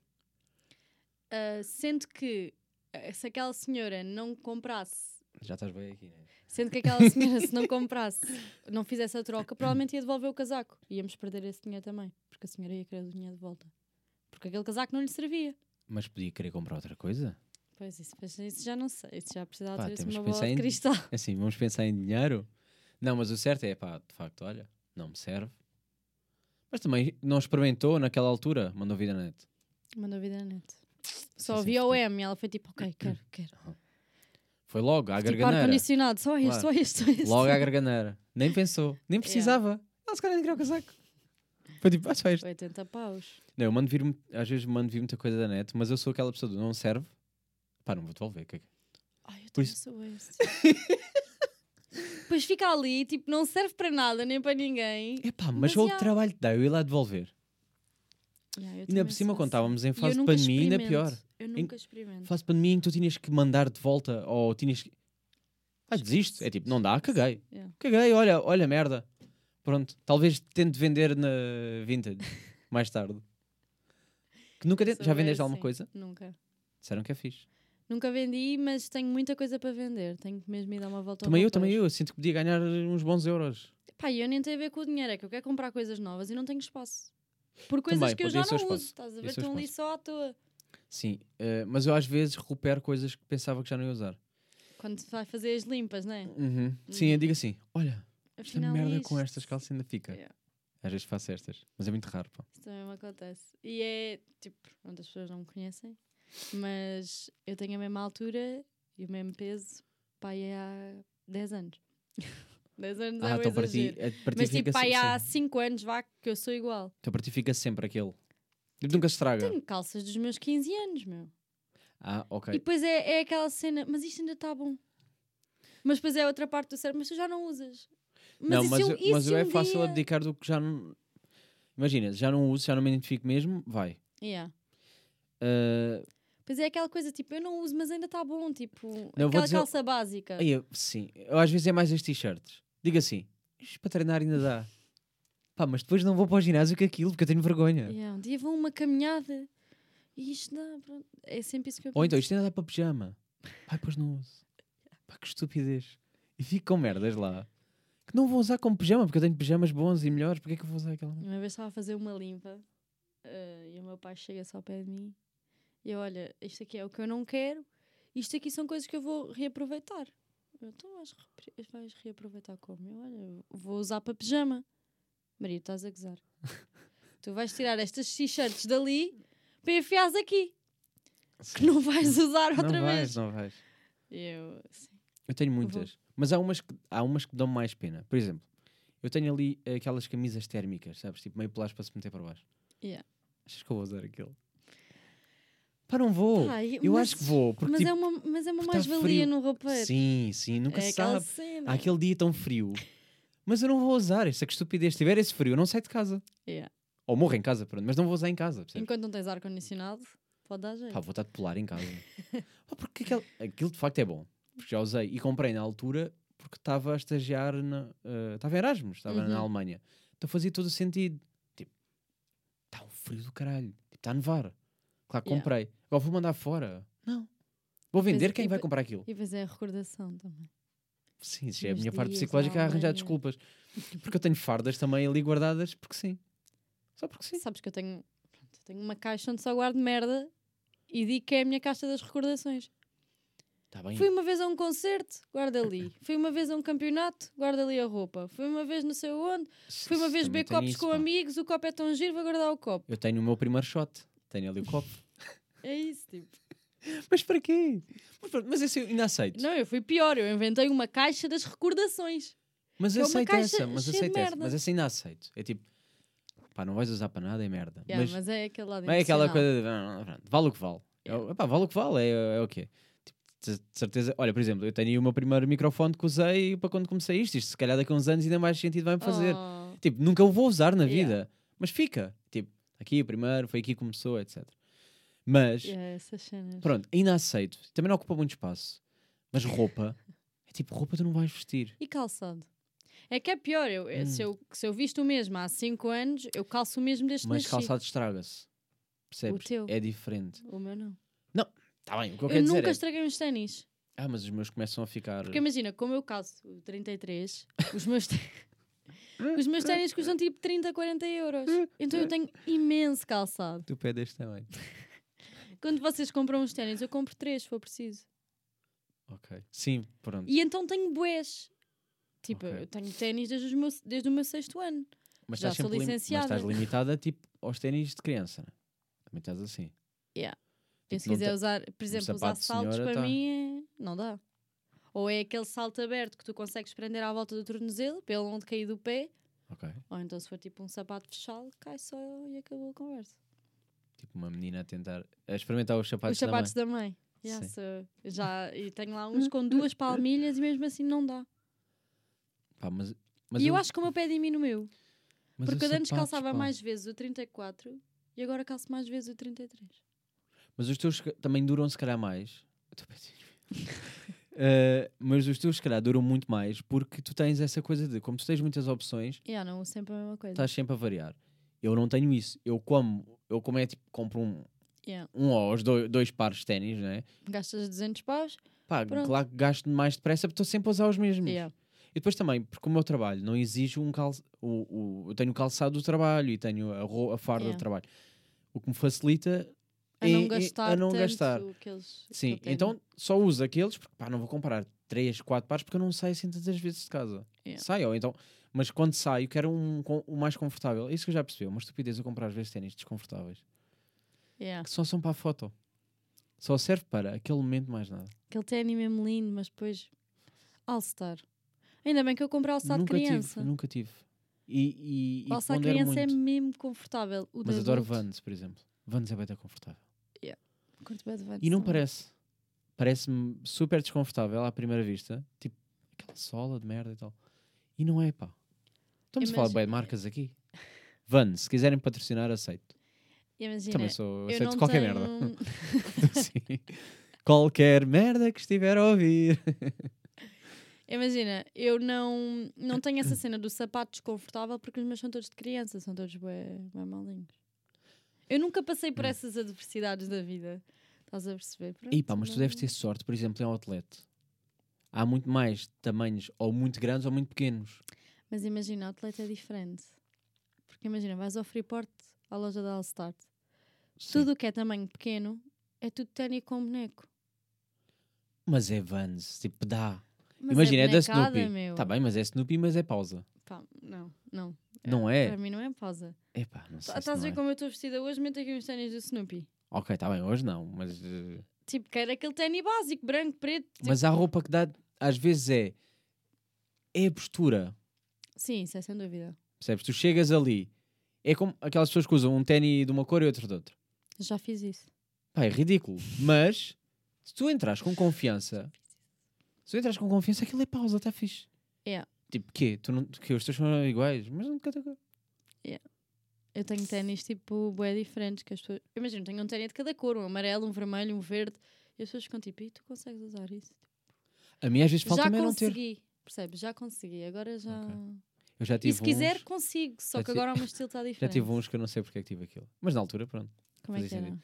Speaker 2: Ah, sendo que ah, se aquela senhora não comprasse,
Speaker 1: Já estás bem aqui, né?
Speaker 2: sendo que aquela senhora se não comprasse, não fizesse a troca, provavelmente ia devolver o casaco. Íamos perder esse dinheiro também, porque a senhora ia querer o dinheiro de volta. Porque aquele casaco não lhe servia.
Speaker 1: Mas podia querer comprar outra coisa?
Speaker 2: Pois isso, pois isso já não sei, isso já precisava
Speaker 1: Pá,
Speaker 2: ter
Speaker 1: temos
Speaker 2: uma
Speaker 1: que
Speaker 2: bola
Speaker 1: pensar
Speaker 2: de
Speaker 1: em-
Speaker 2: cristal.
Speaker 1: Assim, vamos pensar em dinheiro? Não, mas o certo é, pá, de facto, olha, não me serve. Mas também não experimentou naquela altura, mandou vida na net.
Speaker 2: Mandou vida na net. Só
Speaker 1: Sim, sim,
Speaker 2: ouvi o
Speaker 1: porque-
Speaker 2: M e ela foi tipo, ok, quero, quero.
Speaker 1: Foi logo, à
Speaker 2: Tipo,
Speaker 1: garganeira.
Speaker 2: ar-condicionado, só este,
Speaker 1: Claro.
Speaker 2: só este, só este.
Speaker 1: Logo à garganeira. Nem pensou. Nem precisava. Ela se calhar nem queria o casaco. Foi tipo, ah, só este.
Speaker 2: 80 paus.
Speaker 1: Não, eu mando vir, mu- às vezes mando vir muita coisa da net, mas eu sou aquela pessoa do não serve. Pá, não vou devolver. que é que-
Speaker 2: Ai, eu
Speaker 1: Por
Speaker 2: também
Speaker 1: isso-
Speaker 2: sou esse. Pois fica ali, tipo, não serve para nada, nem para ninguém.
Speaker 1: É pá, mas,
Speaker 2: Mas
Speaker 1: olha o
Speaker 2: já.
Speaker 1: trabalho que dá, eu ir lá devolver.
Speaker 2: Yeah, eu
Speaker 1: E ainda
Speaker 2: também
Speaker 1: por cima,
Speaker 2: sou
Speaker 1: quando
Speaker 2: assim.
Speaker 1: estávamos em
Speaker 2: E eu
Speaker 1: fase de
Speaker 2: nunca
Speaker 1: pandemia, ainda pior.
Speaker 2: experimento. Eu nunca experimento.
Speaker 1: Fase de pandemia em que tu tinhas que mandar de volta ou tinhas que. Ah, desisto. É tipo, não dá, caguei.
Speaker 2: Yeah.
Speaker 1: Caguei, olha, olha, merda. Pronto, talvez tente vender na Vintage mais tarde. Que nunca tente...
Speaker 2: Sou
Speaker 1: Já
Speaker 2: bué
Speaker 1: vendeste alguma
Speaker 2: assim.
Speaker 1: coisa?
Speaker 2: Nunca.
Speaker 1: Disseram que é fixe.
Speaker 2: Nunca vendi, mas tenho muita coisa para vender. Tenho que mesmo ir dar uma volta ao
Speaker 1: Também eu,
Speaker 2: rapaz.
Speaker 1: também eu. Eu Sinto que podia ganhar uns bons euros.
Speaker 2: Pá, e eu nem tenho a ver com o dinheiro, é que eu quero comprar coisas novas e não tenho espaço. Por coisas
Speaker 1: Também,
Speaker 2: que eu
Speaker 1: pois,
Speaker 2: já
Speaker 1: esse é o
Speaker 2: não
Speaker 1: espaço.
Speaker 2: uso, estás a ver?
Speaker 1: Esse é o
Speaker 2: Estão ali só à toa.
Speaker 1: Sim, eh, mas eu às vezes recupero coisas que pensava que já não ia usar.
Speaker 2: Quando se vai fazer as limpas, não é?
Speaker 1: Uhum. Sim, eu digo assim: olha, esta
Speaker 2: Afinal, é
Speaker 1: merda
Speaker 2: isto.
Speaker 1: com estas calças ainda fica.
Speaker 2: Yeah.
Speaker 1: Às vezes faço estas, mas é muito raro. Pá.
Speaker 2: Isso também me acontece. E é tipo, pronto, as pessoas não me conhecem, mas eu tenho a mesma altura e o mesmo peso, pai, é há 10 anos. 10 anos é
Speaker 1: Ah,
Speaker 2: um
Speaker 1: então para ti,
Speaker 2: exagero.
Speaker 1: eh, para ti
Speaker 2: Mas tipo,
Speaker 1: fica
Speaker 2: pai,
Speaker 1: sempre. assim.
Speaker 2: há
Speaker 1: sim.
Speaker 2: 5 anos, vá, que eu sou igual.
Speaker 1: Então para ti fica sempre aquele. E nunca se estraga.
Speaker 2: Tenho calças dos meus 15 anos, meu.
Speaker 1: Ah,
Speaker 2: E
Speaker 1: ok.
Speaker 2: depois é, é aquela cena, mas isto ainda está bom. Mas depois é outra parte do cérebro, mas tu já não usas. Mas
Speaker 1: não,
Speaker 2: e se
Speaker 1: mas,
Speaker 2: eu-
Speaker 1: eu-
Speaker 2: e
Speaker 1: mas
Speaker 2: se
Speaker 1: eu é
Speaker 2: um
Speaker 1: fácil
Speaker 2: dia-
Speaker 1: abdicar do que já não. Imagina, já não uso, já não me identifico mesmo, vai.
Speaker 2: Yeah.
Speaker 1: Ah,
Speaker 2: Pois é aquela coisa, tipo, eu não uso, mas ainda está bom, tipo,
Speaker 1: Não, vou
Speaker 2: aquela
Speaker 1: dizer-
Speaker 2: calça básica.
Speaker 1: aí Ah, eu- sim, eu às vezes é mais as t-shirts. Digo assim, isto para treinar ainda dá. Pá, mas depois não vou para o ginásio com aquilo, porque eu tenho vergonha.
Speaker 2: Yeah, um dia vou uma caminhada e isto dá, pronto. É sempre isso que eu
Speaker 1: Ou então,
Speaker 2: penso.
Speaker 1: isto ainda dá para pijama. Ai, pois não uso. Pá, que estupidez. E fico com merdas lá. Que não vou usar como pijama, porque eu tenho pijamas bons e melhores. Porquê é que eu vou usar aquela? merda?
Speaker 2: Uma vez estava a fazer uma limpa eh, e o meu pai chega só ao pé de mim e eu, olha, isto aqui é o que eu não quero, isto aqui são coisas que eu vou reaproveitar. Eu, então vais, repre- vais reaproveitar como? Eu, olha, eu vou usar para pijama. Maria, estás a gozar. tu vais tirar estas t-shirts dali para enfiares aqui. que não vais usar
Speaker 1: Não
Speaker 2: outra
Speaker 1: vais,
Speaker 2: vez.
Speaker 1: não vais.
Speaker 2: Eu, assim, sim.
Speaker 1: Eu
Speaker 2: Uhum.
Speaker 1: tenho muitas, mas há umas, que, há umas que dão mais pena. Por exemplo, eu tenho ali aquelas camisas térmicas, sabes? Tipo meio plástico para se meter para baixo.
Speaker 2: Yeah.
Speaker 1: Achas que eu vou usar aquilo? Pá, não vou.
Speaker 2: Ai,
Speaker 1: eu
Speaker 2: mas-
Speaker 1: acho que vou, porque
Speaker 2: mas,
Speaker 1: tipo,
Speaker 2: é uma, mas é uma
Speaker 1: porque tá
Speaker 2: mais-valia
Speaker 1: frio.
Speaker 2: no roupeiro.
Speaker 1: Sim, sim, nunca
Speaker 2: é
Speaker 1: se
Speaker 2: aquela
Speaker 1: sabe.
Speaker 2: cena.
Speaker 1: Há aquele dia tão frio. Mas eu não vou usar. Essa que estupidez. Se tiver esse frio, eu não saio de casa.
Speaker 2: Yeah.
Speaker 1: Ou morro em casa, pronto. Mas não vou usar em casa, percebes?
Speaker 2: Enquanto não tens ar-condicionado, pode dar jeito.
Speaker 1: Pá, vou estar de polar em casa. Pá, porque aquele, aquilo de facto é bom. Porque já usei e comprei na altura porque estava a estagiar, na, eh, estava em Erasmus, estava
Speaker 2: Uhum.
Speaker 1: na Alemanha. Então fazia todo o sentido. Tipo, está um frio do caralho. Tipo, está a nevar. Claro, que
Speaker 2: Yeah.
Speaker 1: comprei. Agora vou mandar fora. Não. Vou vender
Speaker 2: Pois,
Speaker 1: quem
Speaker 2: e
Speaker 1: vai
Speaker 2: pa-
Speaker 1: comprar aquilo.
Speaker 2: E depois é a recordação também.
Speaker 1: Sim, isso já é a
Speaker 2: Nos
Speaker 1: minha parte
Speaker 2: dias da
Speaker 1: psicológica a arranjar
Speaker 2: Alemanha.
Speaker 1: desculpas. Porque eu tenho fardas também ali guardadas, porque sim. Só porque sim.
Speaker 2: Sabes que eu tenho, pronto, eu tenho uma caixa onde só guardo merda e digo que é a minha caixa das recordações.
Speaker 1: Está Tá bem.
Speaker 2: Fui uma vez a um concerto, guarda ali. Fui uma vez a um campeonato, guarda ali a roupa. Fui uma vez não sei onde,
Speaker 1: S-
Speaker 2: fui uma
Speaker 1: s-
Speaker 2: vez
Speaker 1: também
Speaker 2: beber
Speaker 1: tenho
Speaker 2: copos
Speaker 1: isso,
Speaker 2: com
Speaker 1: pá.
Speaker 2: amigos, o copo é tão giro, vou guardar o copo.
Speaker 1: Eu tenho o meu primeiro shot. Tenho ali o copo.
Speaker 2: É isso, tipo.
Speaker 1: Mas para quê? Mas, pronto, mas esse eu ainda aceito.
Speaker 2: Não, eu fui pior, eu inventei uma caixa das recordações.
Speaker 1: mas
Speaker 2: é
Speaker 1: eu
Speaker 2: uma
Speaker 1: aceito
Speaker 2: caixa
Speaker 1: essa, mas
Speaker 2: cheia de
Speaker 1: aceito essa.
Speaker 2: merda.
Speaker 1: Mas essa ainda aceito. É tipo, pá, não vais usar para nada, é merda.
Speaker 2: Yeah,
Speaker 1: mas,
Speaker 2: mas, é aquele lado
Speaker 1: mas é aquela
Speaker 2: emocional.
Speaker 1: coisa de, "Ah, não, pronto, vale o que vale. É o- epá, vale o que vale, é, é o quê? Tipo, de de certeza, olha, por exemplo, eu tenho aí o meu primeiro microfone que usei para quando comecei isto. Isto, se calhar, daqui a uns anos ainda mais sentido vai-me fazer.
Speaker 2: Oh,
Speaker 1: Tipo, nunca o vou usar na
Speaker 2: Yeah.
Speaker 1: vida. Mas fica. Tipo, aqui o primeiro, foi aqui que começou, etc. Mas,
Speaker 2: yeah, É, essas cenas.
Speaker 1: pronto, ainda aceito. Também não ocupa muito espaço. Mas roupa, é tipo, roupa tu não vais vestir.
Speaker 2: E calçado? É que é pior, eu, é,
Speaker 1: Hum.
Speaker 2: se, eu, se eu visto o mesmo há 5 anos, eu calço o mesmo desde que
Speaker 1: Mas
Speaker 2: nasci.
Speaker 1: calçado estraga-se. Percebes?
Speaker 2: teu.
Speaker 1: É diferente.
Speaker 2: O meu não.
Speaker 1: Tá bem, o que eu,
Speaker 2: Eu,
Speaker 1: quero dizer é...
Speaker 2: nunca
Speaker 1: Hum.
Speaker 2: estraguei uns ténis.
Speaker 1: Ah, mas os meus começam a ficar...
Speaker 2: Porque imagina, como eu calço o 33, os meus, te-
Speaker 1: Hum.
Speaker 2: os meus ténis custam tipo 30, 40 euros. Então eu tenho imenso calçado.
Speaker 1: Tu pé deste também.
Speaker 2: Quando vocês compram uns ténis, eu compro 3 se for preciso.
Speaker 1: Ok. Sim, pronto.
Speaker 2: E então tenho bués. Tipo,
Speaker 1: Ok.
Speaker 2: eu tenho ténis desde, os meus- desde o meu sexto ano.
Speaker 1: Mas
Speaker 2: já
Speaker 1: estás,
Speaker 2: sou
Speaker 1: sempre lim- mas
Speaker 2: licenciada.
Speaker 1: estás limitada, tipo, aos ténis de criança, né? Também estás assim.
Speaker 2: Yeah.
Speaker 1: Tipo,
Speaker 2: Eu, se
Speaker 1: não
Speaker 2: quiser
Speaker 1: te- um
Speaker 2: usar, por exemplo, usar
Speaker 1: sapato de
Speaker 2: saltos
Speaker 1: senhora
Speaker 2: para
Speaker 1: tá.
Speaker 2: mim é... não dá. Ou é aquele salto aberto que tu consegues prender à volta do tornozelo, pelo onde cair do pé,
Speaker 1: Ok.
Speaker 2: ou então se for tipo um sapato fechado, cai só e acabou a conversa.
Speaker 1: Tipo, uma menina a tentar... A experimentar os sapatos
Speaker 2: Os sapatos da mãe. Yeah,
Speaker 1: Sim.
Speaker 2: sou- já, e tenho lá uns com duas palmilhas e mesmo assim não dá.
Speaker 1: Da... Pá, mas... mas
Speaker 2: e eu
Speaker 1: o-
Speaker 2: acho que o meu pé diminui meu.
Speaker 1: mas
Speaker 2: porque
Speaker 1: os
Speaker 2: eu antes
Speaker 1: sapatos,
Speaker 2: calçava
Speaker 1: pá.
Speaker 2: mais vezes o 34 e agora calço mais vezes o 33.
Speaker 1: Mas os teus ca- também duram se calhar mais. Eu tô a pensar. Eh, mas os teus se calhar duram muito mais porque tu tens essa coisa de como tu tens muitas opções,
Speaker 2: Yeah, não, sempre a mesma coisa.
Speaker 1: estás sempre a variar. Eu não tenho isso. Eu como, eu como é tipo, compro um,
Speaker 2: Yeah.
Speaker 1: um ou os dois, dois pares de ténis, né?
Speaker 2: Gastas 200 paus.
Speaker 1: Pá,
Speaker 2: Pronto.
Speaker 1: claro que gasto mais depressa porque estou sempre a usar os mesmos.
Speaker 2: Yeah.
Speaker 1: E depois também, porque o meu trabalho não exige um cal... o, o- Eu tenho o calçado do trabalho e tenho a, ro- a farda
Speaker 2: Yeah.
Speaker 1: do trabalho. O que me facilita
Speaker 2: A
Speaker 1: E-
Speaker 2: não
Speaker 1: e- a
Speaker 2: gastar
Speaker 1: não
Speaker 2: tanto
Speaker 1: gastar.
Speaker 2: o que eles que
Speaker 1: Sim,
Speaker 2: eu tenho.
Speaker 1: então só uso aqueles porque pá, não vou comprar 3, 4 pares porque eu não saio assim tantas vezes de casa.
Speaker 2: Yeah.
Speaker 1: Saio, ou então, mas quando saio, quero um, com- o mais confortável. É isso que eu já percebi. é Uma estupidez eu comprar às vezes ténis desconfortáveis
Speaker 2: Yeah.
Speaker 1: que só são para a foto, só serve para aquele momento, mais nada.
Speaker 2: Aquele ténis mesmo lindo, mas depois All-Star. Ainda bem que eu comprei All-Star de
Speaker 1: nunca
Speaker 2: criança.
Speaker 1: tive, nunca tive. E, e, e
Speaker 2: O All-Star de
Speaker 1: pondero
Speaker 2: criança é
Speaker 1: muito.
Speaker 2: mesmo confortável. O
Speaker 1: Mas
Speaker 2: de
Speaker 1: adoro
Speaker 2: adulto,
Speaker 1: Vans, por exemplo. Vans é bem confortável.
Speaker 2: curto bué de Vans
Speaker 1: E não
Speaker 2: também.
Speaker 1: parece. Parece-me super desconfortável à primeira vista. Tipo, aquela sola de merda e tal. E não é, pá. Estamos a falar
Speaker 2: Imagina-
Speaker 1: bem de marcas aqui. Van, se quiserem patrocinar, aceito.
Speaker 2: Imagina,
Speaker 1: Também sou,
Speaker 2: eu
Speaker 1: aceito
Speaker 2: não
Speaker 1: qualquer
Speaker 2: tenho...
Speaker 1: merda. Sim. Qualquer merda que estiver a ouvir.
Speaker 2: Imagina, eu não, não tenho essa cena do sapato desconfortável porque os meus são todos de criança, são todos bué, bué malinhos. Eu nunca passei
Speaker 1: Hum.
Speaker 2: por essas adversidades da vida. Estás a perceber? Pronto,
Speaker 1: E pá, mas tu
Speaker 2: não-
Speaker 1: deves ter sorte, por exemplo, em outlet. Há muito mais tamanhos ou muito grandes ou muito pequenos.
Speaker 2: Mas imagina, o atleta é diferente. Porque imagina, vais ao Freeport, à loja da Allstart.
Speaker 1: Sim.
Speaker 2: Tudo o que é tamanho pequeno é tudo ténis com boneco.
Speaker 1: Mas é Vans, tipo, dá.
Speaker 2: Mas
Speaker 1: Imagina, é, da
Speaker 2: bonecada,
Speaker 1: Snoopy.
Speaker 2: Meu.
Speaker 1: Está bem, mas é Snoopy, mas é pausa.
Speaker 2: Pá, não, não.
Speaker 1: Não é?
Speaker 2: Para mim não é pausa.
Speaker 1: É pá, não sei. se
Speaker 2: Estás a
Speaker 1: não
Speaker 2: ver
Speaker 1: é.
Speaker 2: como eu estou vestida hoje? Mete aqui uns ténis do Snoopy.
Speaker 1: Ok, está bem, hoje não, mas. eh,
Speaker 2: Tipo, quero aquele tênis básico, branco, preto. tipo-
Speaker 1: Mas a roupa que dá, às vezes é. É a postura.
Speaker 2: Sim, isso é sem dúvida.
Speaker 1: Percebes? Tu chegas ali. É como aquelas pessoas que usam um ténis de uma cor e outro de outra.
Speaker 2: Já fiz isso.
Speaker 1: Pá, é ridículo. Mas, se tu entras com confiança. Se tu entras com confiança, aquilo é pausa, está fixe.
Speaker 2: Yeah.
Speaker 1: Tipo, quê? Tu não, que os teus são iguais, mas não te canta cor.
Speaker 2: Eu tenho ténis tipo bué diferentes que as pessoas. Imagina, tenho um ténis de cada cor, um amarelo, um vermelho, um verde. E as pessoas ficam tipo, e tu consegues usar isso?
Speaker 1: A mim às vezes Tipo, falta
Speaker 2: já
Speaker 1: também não ter.
Speaker 2: consegui, percebes? Já consegui, agora já.
Speaker 1: Ok. Eu já
Speaker 2: E
Speaker 1: tive
Speaker 2: se quiser,
Speaker 1: uns,
Speaker 2: consigo, só
Speaker 1: já
Speaker 2: que
Speaker 1: ti-
Speaker 2: agora o meu estilo está
Speaker 1: já
Speaker 2: diferente.
Speaker 1: tive uns que eu não sei porque é que tive aquilo. Mas na altura, pronto.
Speaker 2: Como é que
Speaker 1: fazia
Speaker 2: era?
Speaker 1: sentido.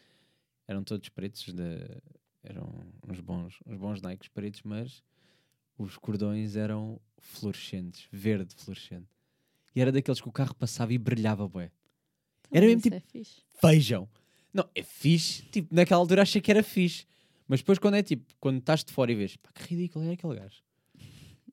Speaker 1: eram todos pretos de- eram uns bons uns bons Nikes pretos mas os cordões eram fluorescentes verde fluorescente e era daqueles que o carro passava e brilhava bué Era
Speaker 2: Também
Speaker 1: mesmo
Speaker 2: isso
Speaker 1: tipo-
Speaker 2: é fixe.
Speaker 1: vejam não é fixe tipo naquela altura achei que era fixe mas depois quando é tipo quando estás de fora e vês pá que ridículo era aquele gajo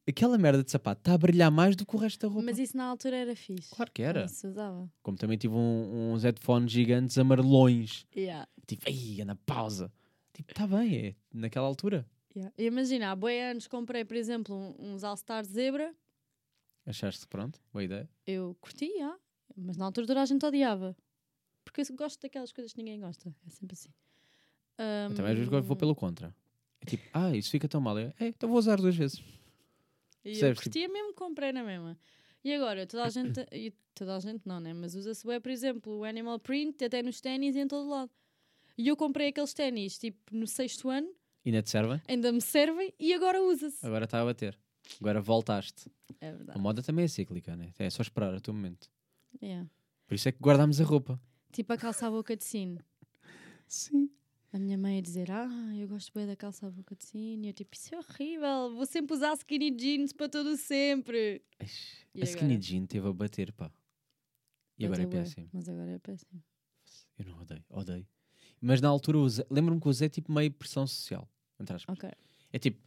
Speaker 1: aquela merda de sapato está a brilhar mais do que o resto da roupa
Speaker 2: Mas isso na altura era fixe.
Speaker 1: claro que
Speaker 2: Quando
Speaker 1: era
Speaker 2: Isso se usava.
Speaker 1: como também tive um- uns headphones gigantes amarelões
Speaker 2: Yeah.
Speaker 1: tipo aí na pausa tipo está bem é naquela altura
Speaker 2: Yeah. E Imagina, há boi anos comprei, por exemplo, um- uns All-Star Zebra.
Speaker 1: achaste pronto boa ideia
Speaker 2: Eu curti, já. mas na altura toda a gente odiava. Porque eu gosto daquelas coisas que ninguém gosta. É sempre assim.
Speaker 1: Eu também às vezes
Speaker 2: Ahm,
Speaker 1: vou pelo contra. É tipo, ah, isso fica tão mal. Eu, "É, então vou usar duas vezes.
Speaker 2: E eu
Speaker 1: Percebes, tipo-
Speaker 2: curtia mesmo, comprei na mesma. E agora, toda a gente, e toda a gente não, né? Mas usa-se bem, por exemplo, o Animal Print, até nos ténis e em todo lado. E eu comprei aqueles ténis, tipo, no sexto ano,
Speaker 1: E ainda te servem?
Speaker 2: ainda me servem e agora usa-se.
Speaker 1: Agora está a bater. Agora voltaste.
Speaker 2: É
Speaker 1: A
Speaker 2: verdade.
Speaker 1: moda também é cíclica, né? É só esperar o teu momento.
Speaker 2: Yeah.
Speaker 1: Por isso é que guardámos a roupa.
Speaker 2: Tipo a calça à boca de sino.
Speaker 1: Sim.
Speaker 2: A minha mãe a dizer, ah, eu gosto bem da calça à boca de sino. E eu tipo, isso é horrível, vou sempre usar skinny jeans para todo sempre. E
Speaker 1: a skinny
Speaker 2: agora?
Speaker 1: jean teve a bater, pá. E agora é
Speaker 2: Mas eu-
Speaker 1: péssimo.
Speaker 2: Mas agora é péssimo.
Speaker 1: Eu não odeio, odeio. Mas na altura, eu usei- lembro-me que usei tipo meio pressão social. Entre aspas.
Speaker 2: Ok.
Speaker 1: É tipo,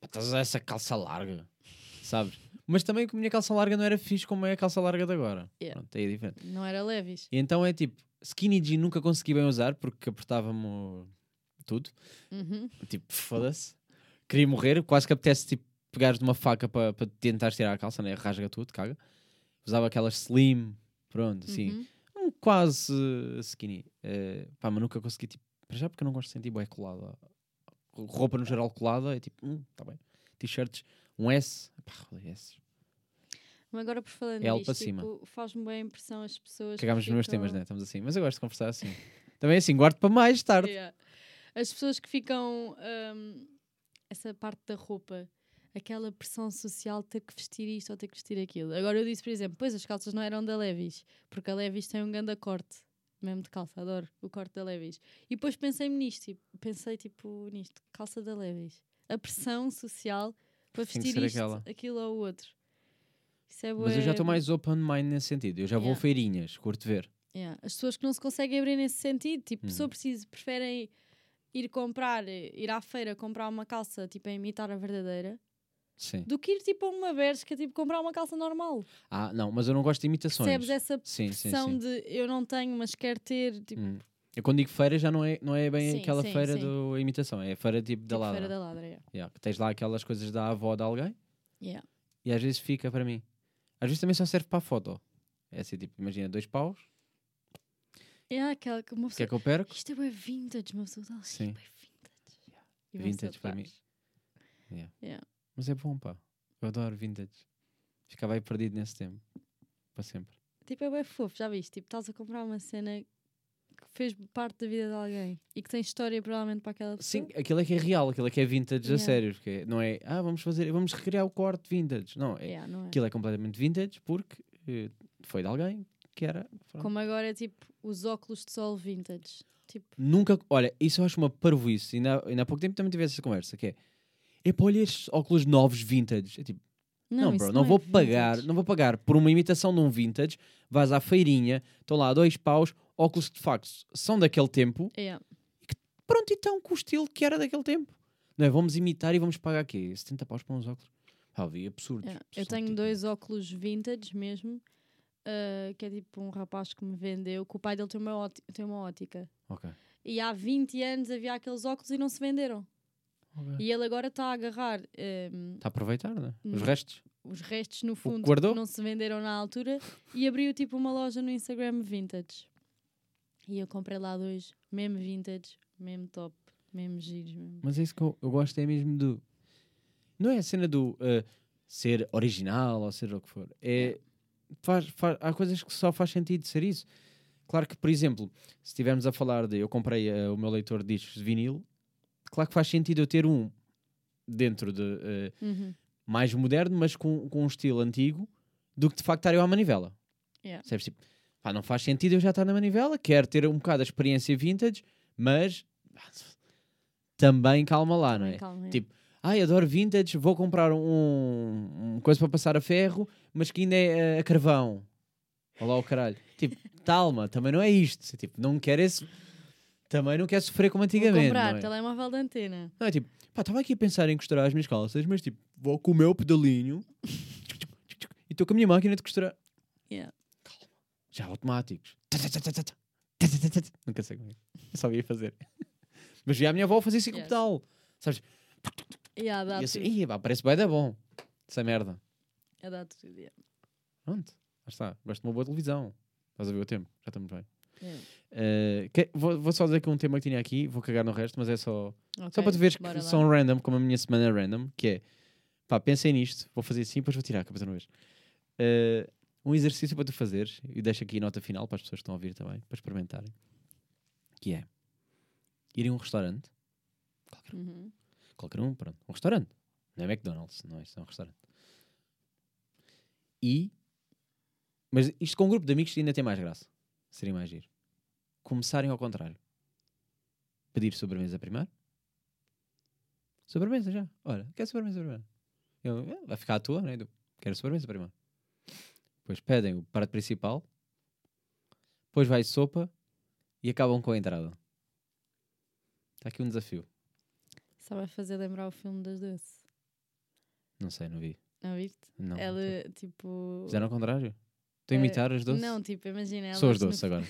Speaker 1: "Pá, estás a usar essa calça larga, sabes? Mas também que a minha calça larga não era fixe como é a calça larga de agora.
Speaker 2: Yeah.
Speaker 1: Pronto, aí é diferente.
Speaker 2: Não era levis.
Speaker 1: E então é tipo, skinny jean nunca consegui bem usar porque apertava-me tudo.
Speaker 2: Uhum.
Speaker 1: Tipo, foda-se. Queria morrer, quase que apetece tipo, pegares de uma faca para tentar tirar a calça, né? Rasga tudo, caga. Usava aquelas slim, pronto, assim.
Speaker 2: Uhum.
Speaker 1: Um quase eh, skinny. Eh, pá, mas nunca consegui, tipo, para já porque eu não gosto de sentir bué colada. Roupa no geral colada, é tipo, hum, tá bem. T-shirts, um S, pá, odeio S.
Speaker 2: Mas agora por falando
Speaker 1: É algo
Speaker 2: disto,
Speaker 1: para cima.
Speaker 2: tipo, faz-me bem a impressão as pessoas. que
Speaker 1: Cagámos nos meus temas,
Speaker 2: ficam-
Speaker 1: né? Estamos assim, mas eu gosto de conversar assim. Também assim, guardo para mais tarde.
Speaker 2: Yeah. As pessoas que ficam. hum, essa parte da roupa, aquela pressão social de ter que vestir isto ou ter que vestir aquilo. Agora eu disse, por exemplo, pois as calças não eram da Levis, porque a Levis tem um grande corte, mesmo de calça, adoro o corte da Levis. E depois pensei-me nisto, tipo, pensei tipo nisto, calça da Levis. A pressão social para
Speaker 1: Tem que
Speaker 2: vestir
Speaker 1: ser
Speaker 2: isto,
Speaker 1: aquela.
Speaker 2: aquilo ou outro. Isso é
Speaker 1: Mas eu já estou
Speaker 2: bué-
Speaker 1: mais open mind nesse sentido. Eu já vou a
Speaker 2: Yeah.
Speaker 1: feirinhas, curto ver.
Speaker 2: Yeah, As pessoas que não se conseguem abrir nesse sentido, tipo,
Speaker 1: Uhum.
Speaker 2: se eu preciso, preferem ir comprar, eh, ir à feira comprar uma calça, tipo, a imitar a verdadeira,
Speaker 1: Sim.
Speaker 2: do que ir, tipo, a uma Bershka, tipo, comprar uma calça normal.
Speaker 1: Ah, não, mas eu não gosto de imitações.
Speaker 2: Percebes essa
Speaker 1: Sim, sim,
Speaker 2: pressão
Speaker 1: sim.
Speaker 2: de eu não tenho, mas quero ter, tipo,
Speaker 1: Hum. Eu quando digo feira já não é, não é bem
Speaker 2: Sim,
Speaker 1: aquela
Speaker 2: sim,
Speaker 1: feira
Speaker 2: sim.
Speaker 1: da imitação, é a feira tipo da
Speaker 2: tipo,
Speaker 1: ladra.
Speaker 2: feira da ladra. yeah.
Speaker 1: Yeah, que tens lá aquelas coisas da avó de alguém
Speaker 2: Yeah.
Speaker 1: e às vezes fica para mim. Às vezes também só serve para a foto. É assim, tipo, imagina, dois paus,
Speaker 2: Yeah, aquela que uma
Speaker 1: o que é
Speaker 2: pessoa...
Speaker 1: que eu perco?
Speaker 2: Isto é bué vintage, uma pessoa está
Speaker 1: Sim.
Speaker 2: Sim. vintage. E vai-se
Speaker 1: Vintage para mim.
Speaker 2: atrás.
Speaker 1: Mas é bom, pá. Eu adoro vintage. Ficava aí perdido nesse tempo. Para sempre.
Speaker 2: Tipo, é bem fofo, já viste? Tipo, estás a comprar uma cena que fez parte da vida de alguém e que tem história, provavelmente, para aquela pessoa.
Speaker 1: Sim, aquilo é que é real, aquilo é que é vintage a
Speaker 2: Yeah.
Speaker 1: sério, porque não é, ah, vamos fazer, vamos recriar o corte vintage. Não, é,
Speaker 2: Yeah, não é?
Speaker 1: Aquilo é completamente vintage porque eh, foi de alguém que era. pronto.
Speaker 2: Como agora é tipo os óculos de sol vintage. Tipo,
Speaker 1: Nunca. Olha, isso eu acho uma parvoíce. Ainda, ainda há pouco tempo também tive essa conversa que é. É para olhar estes óculos novos vintage. É tipo, não,
Speaker 2: isso
Speaker 1: bro, não,
Speaker 2: é
Speaker 1: vou
Speaker 2: vintage.
Speaker 1: pagar, não vou pagar por uma imitação de um vintage. Vais à feirinha, estão lá dois paus, óculos que de facto são daquele tempo.
Speaker 2: Yeah.
Speaker 1: Pronto, então, com o estilo que era daquele tempo. Não é? Vamos imitar e vamos pagar quê?
Speaker 2: É,
Speaker 1: 70 paus para uns óculos. Ah, vi absurdos.
Speaker 2: yeah. Eu tenho dois óculos vintage mesmo ah, que é tipo um rapaz que me vendeu, que o pai dele tem uma, óti- tem uma ótica.
Speaker 1: Ok.
Speaker 2: E há 20 anos havia aqueles óculos e não se venderam.
Speaker 1: Está
Speaker 2: E ele agora está a agarrar ehm,
Speaker 1: a aproveitar, não é? Os
Speaker 2: Hum.
Speaker 1: restos.
Speaker 2: os restos, no fundo,
Speaker 1: guardou?
Speaker 2: que não se venderam na altura e abriu tipo uma loja no Instagram vintage. E eu comprei lá dois, mesmo vintage, mesmo top, mesmo giros. Mesmo.
Speaker 1: Mas é isso que eu, eu gosto, é mesmo do. Não é a cena do ah, ser original ou ser o que for. É, faz, faz- há coisas que só faz sentido ser isso. Claro que, por exemplo, se estivermos a falar de eu comprei ah, o meu leitor de discos de vinil, claro que faz sentido eu ter um dentro de ah,
Speaker 2: Uhum.
Speaker 1: mais moderno, mas com, com um estilo antigo, do que de facto estar eu à manivela.
Speaker 2: Yeah.
Speaker 1: Percebes? Tipo, pá, não faz sentido eu já estar na manivela, quero ter um bocado a experiência vintage, mas pá, também calma lá, não é?
Speaker 2: Calma, é.
Speaker 1: Tipo, Ai, adoro vintage, vou comprar um, um coisa para passar a ferro, mas que ainda é eh, a carvão. Olá o caralho. Tipo, calma, também não é isto. Tipo, não quero esse. Também não quero sofrer como
Speaker 2: Vou
Speaker 1: antigamente.
Speaker 2: comprar
Speaker 1: não é?
Speaker 2: telemóvel de antena.
Speaker 1: Não, é tipo, pá, estava aqui a pensar em costurar as minhas calças, mas tipo, vou com o meu pedalinho e estou com a minha máquina de costurar.
Speaker 2: Yeah.
Speaker 1: Calma. Já automáticos. Tá, tá, tá, tá, tá, tá. Tá, tá, tá, tá, tá. Nunca sei como é. Eu só ia fazer. Mas já a minha avó fazia isso com o
Speaker 2: Yes.
Speaker 1: pedal. Sabes?
Speaker 2: Yeah, dá
Speaker 1: E eu assim,
Speaker 2: tudo.
Speaker 1: "Ih, pá, parece bem da bom. Essa merda.
Speaker 2: É dá tudo. yeah.
Speaker 1: Pronto. Lá está. Gosto de uma boa televisão. Estás a ver o tempo. Já estamos bem.
Speaker 2: Yeah.
Speaker 1: Eh, que- vou, vou só dizer que um tema que tinha aqui, vou cagar no resto, mas é só Só
Speaker 2: Ok,
Speaker 1: para tu veres
Speaker 2: bora
Speaker 1: que
Speaker 2: lá.
Speaker 1: são random, como a minha semana é random, que é pá, pensei nisto, vou fazer assim, depois vou tirar, que é para tu não veres. Eh, um exercício para tu fazeres, e deixo aqui nota final para as pessoas que estão a ouvir também, para experimentarem, que é ir a um restaurante, qualquer um,
Speaker 2: Uhum.
Speaker 1: qualquer um, pronto, um restaurante, não é McDonald's, não é, isso é um restaurante. E, mas isto com um grupo de amigos ainda tem mais graça, seria mais giro. Começarem ao contrário. Pedir sobremesa primeiro. Sobremesa já. Olha, quer sobremesa primeiro. Eu, "Ah, vai ficar à tua, né? Eu, Quero sobremesa primeiro. Depois pedem o prato principal. Depois vai sopa e acabam com a entrada. Está aqui um desafio.
Speaker 2: Só vai fazer lembrar o filme das doces.
Speaker 1: Não sei, não vi.
Speaker 2: Não viste?
Speaker 1: Não.
Speaker 2: ela,
Speaker 1: não
Speaker 2: tipo.
Speaker 1: tô- Fizeram ao contrário. Estou a
Speaker 2: eh,
Speaker 1: imitar as doces?
Speaker 2: Não, tipo, imagina. Elas
Speaker 1: Sou as
Speaker 2: no
Speaker 1: doces agora.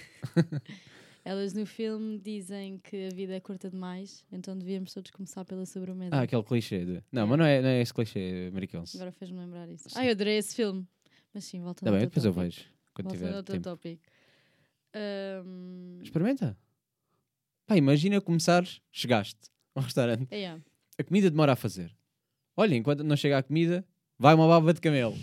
Speaker 2: Elas no filme dizem que a vida é curta demais, então devíamos todos começar pela sobremesa.
Speaker 1: Ah, aquele clichê de. Não, mas não é, não é esse clichê americano. Está
Speaker 2: Agora fez-me lembrar isso.
Speaker 1: Sim.
Speaker 2: Ah, eu adorei esse filme. Mas sim, voltando
Speaker 1: Tá bem,
Speaker 2: ao teu
Speaker 1: depois eu
Speaker 2: tópico.
Speaker 1: vejo. Quando
Speaker 2: Voltando
Speaker 1: tiver
Speaker 2: ao teu
Speaker 1: tempo.
Speaker 2: tópico. Ahm,
Speaker 1: Experimenta. Pá, imagina começares, chegaste ao restaurante.
Speaker 2: é, yeah.
Speaker 1: A comida demora a fazer. Olha, enquanto não chega a comida, vai uma baba de camelo.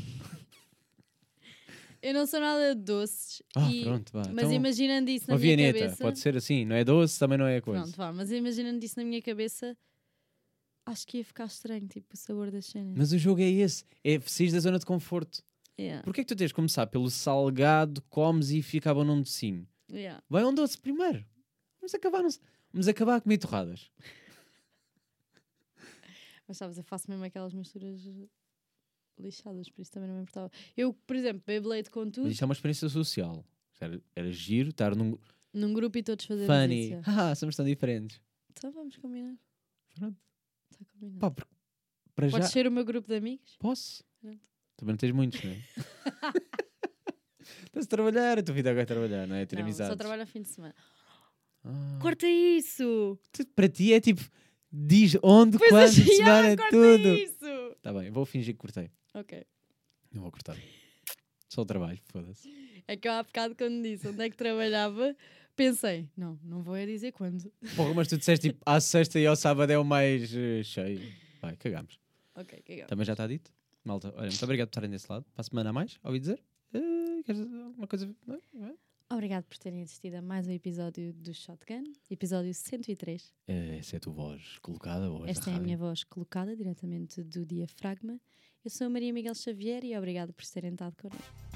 Speaker 2: Eu não sou nada de doces.
Speaker 1: Ah,
Speaker 2: e-
Speaker 1: pronto, vá.
Speaker 2: Mas
Speaker 1: então,
Speaker 2: imaginando isso na
Speaker 1: uma
Speaker 2: minha
Speaker 1: vianeta.
Speaker 2: cabeça.
Speaker 1: Pode ser assim, não é doce, também não é coisa.
Speaker 2: Pronto, vá. Mas imaginando isso na minha cabeça, acho que ia ficar estranho, tipo, o sabor das cenas.
Speaker 1: Mas o jogo é esse. É preciso da zona de conforto.
Speaker 2: Yeah,
Speaker 1: Porquê é que tu tens de começar pelo salgado, comes e fica bom num docinho?
Speaker 2: yeah.
Speaker 1: Vai a um doce primeiro. Vamos acabar, no- Vamos acabar a comer torradas.
Speaker 2: Mas sabes, eu faço mesmo aquelas misturas lixadas, por isso também não me importava. Eu, por exemplo, bebo leite com tudo,
Speaker 1: Mas isto é uma experiência social. Era, era giro estar num
Speaker 2: num grupo e todos fazemos
Speaker 1: funny.
Speaker 2: isso.
Speaker 1: Haha, somos tão diferentes.
Speaker 2: Então vamos combinar.
Speaker 1: Pronto.
Speaker 2: Está combinado.
Speaker 1: Pá, porque para já.
Speaker 2: Hum. Podes ser Hum. o meu grupo de amigos?
Speaker 1: Posso?
Speaker 2: Pronto.
Speaker 1: Também não tens muitos, não é? Estás a trabalhar, a tua vida agora é trabalhar, não é? Ter
Speaker 2: não, só
Speaker 1: amizades.
Speaker 2: trabalho ao fim de semana.
Speaker 1: Ah.
Speaker 2: Corta isso!
Speaker 1: Tu- Para ti é tipo, diz onde,
Speaker 2: Pois
Speaker 1: quando,
Speaker 2: assim,
Speaker 1: semana,
Speaker 2: ah, corta
Speaker 1: É tudo.
Speaker 2: isso!
Speaker 1: Tá bem, vou fingir que cortei.
Speaker 2: Ok.
Speaker 1: Não vou cortar. Só o trabalho, foda-se.
Speaker 2: É que eu há bocado quando disse onde é que trabalhava, pensei, não, não vou é dizer quando.
Speaker 1: Porra, mas tu disseste tipo, à sexta e ao sábado é o mais eh, cheio. Vai, cagamos.
Speaker 2: Ok, que
Speaker 1: Também já está dito. Malta, olha, muito obrigado por estarem desse lado. Para a semana a mais, ouvi dizer. Eh, queres dizer alguma coisa? Não? é? Não?
Speaker 2: Obrigado por terem assistido a mais um episódio do Shotgun, episódio 103.
Speaker 1: Eh, Essa é a tua voz colocada hoje.
Speaker 2: Esta
Speaker 1: na
Speaker 2: é a
Speaker 1: rádio.
Speaker 2: minha voz colocada diretamente do diafragma. Eu sou a Maria Miguel Xavier e obrigada por terem estado connosco.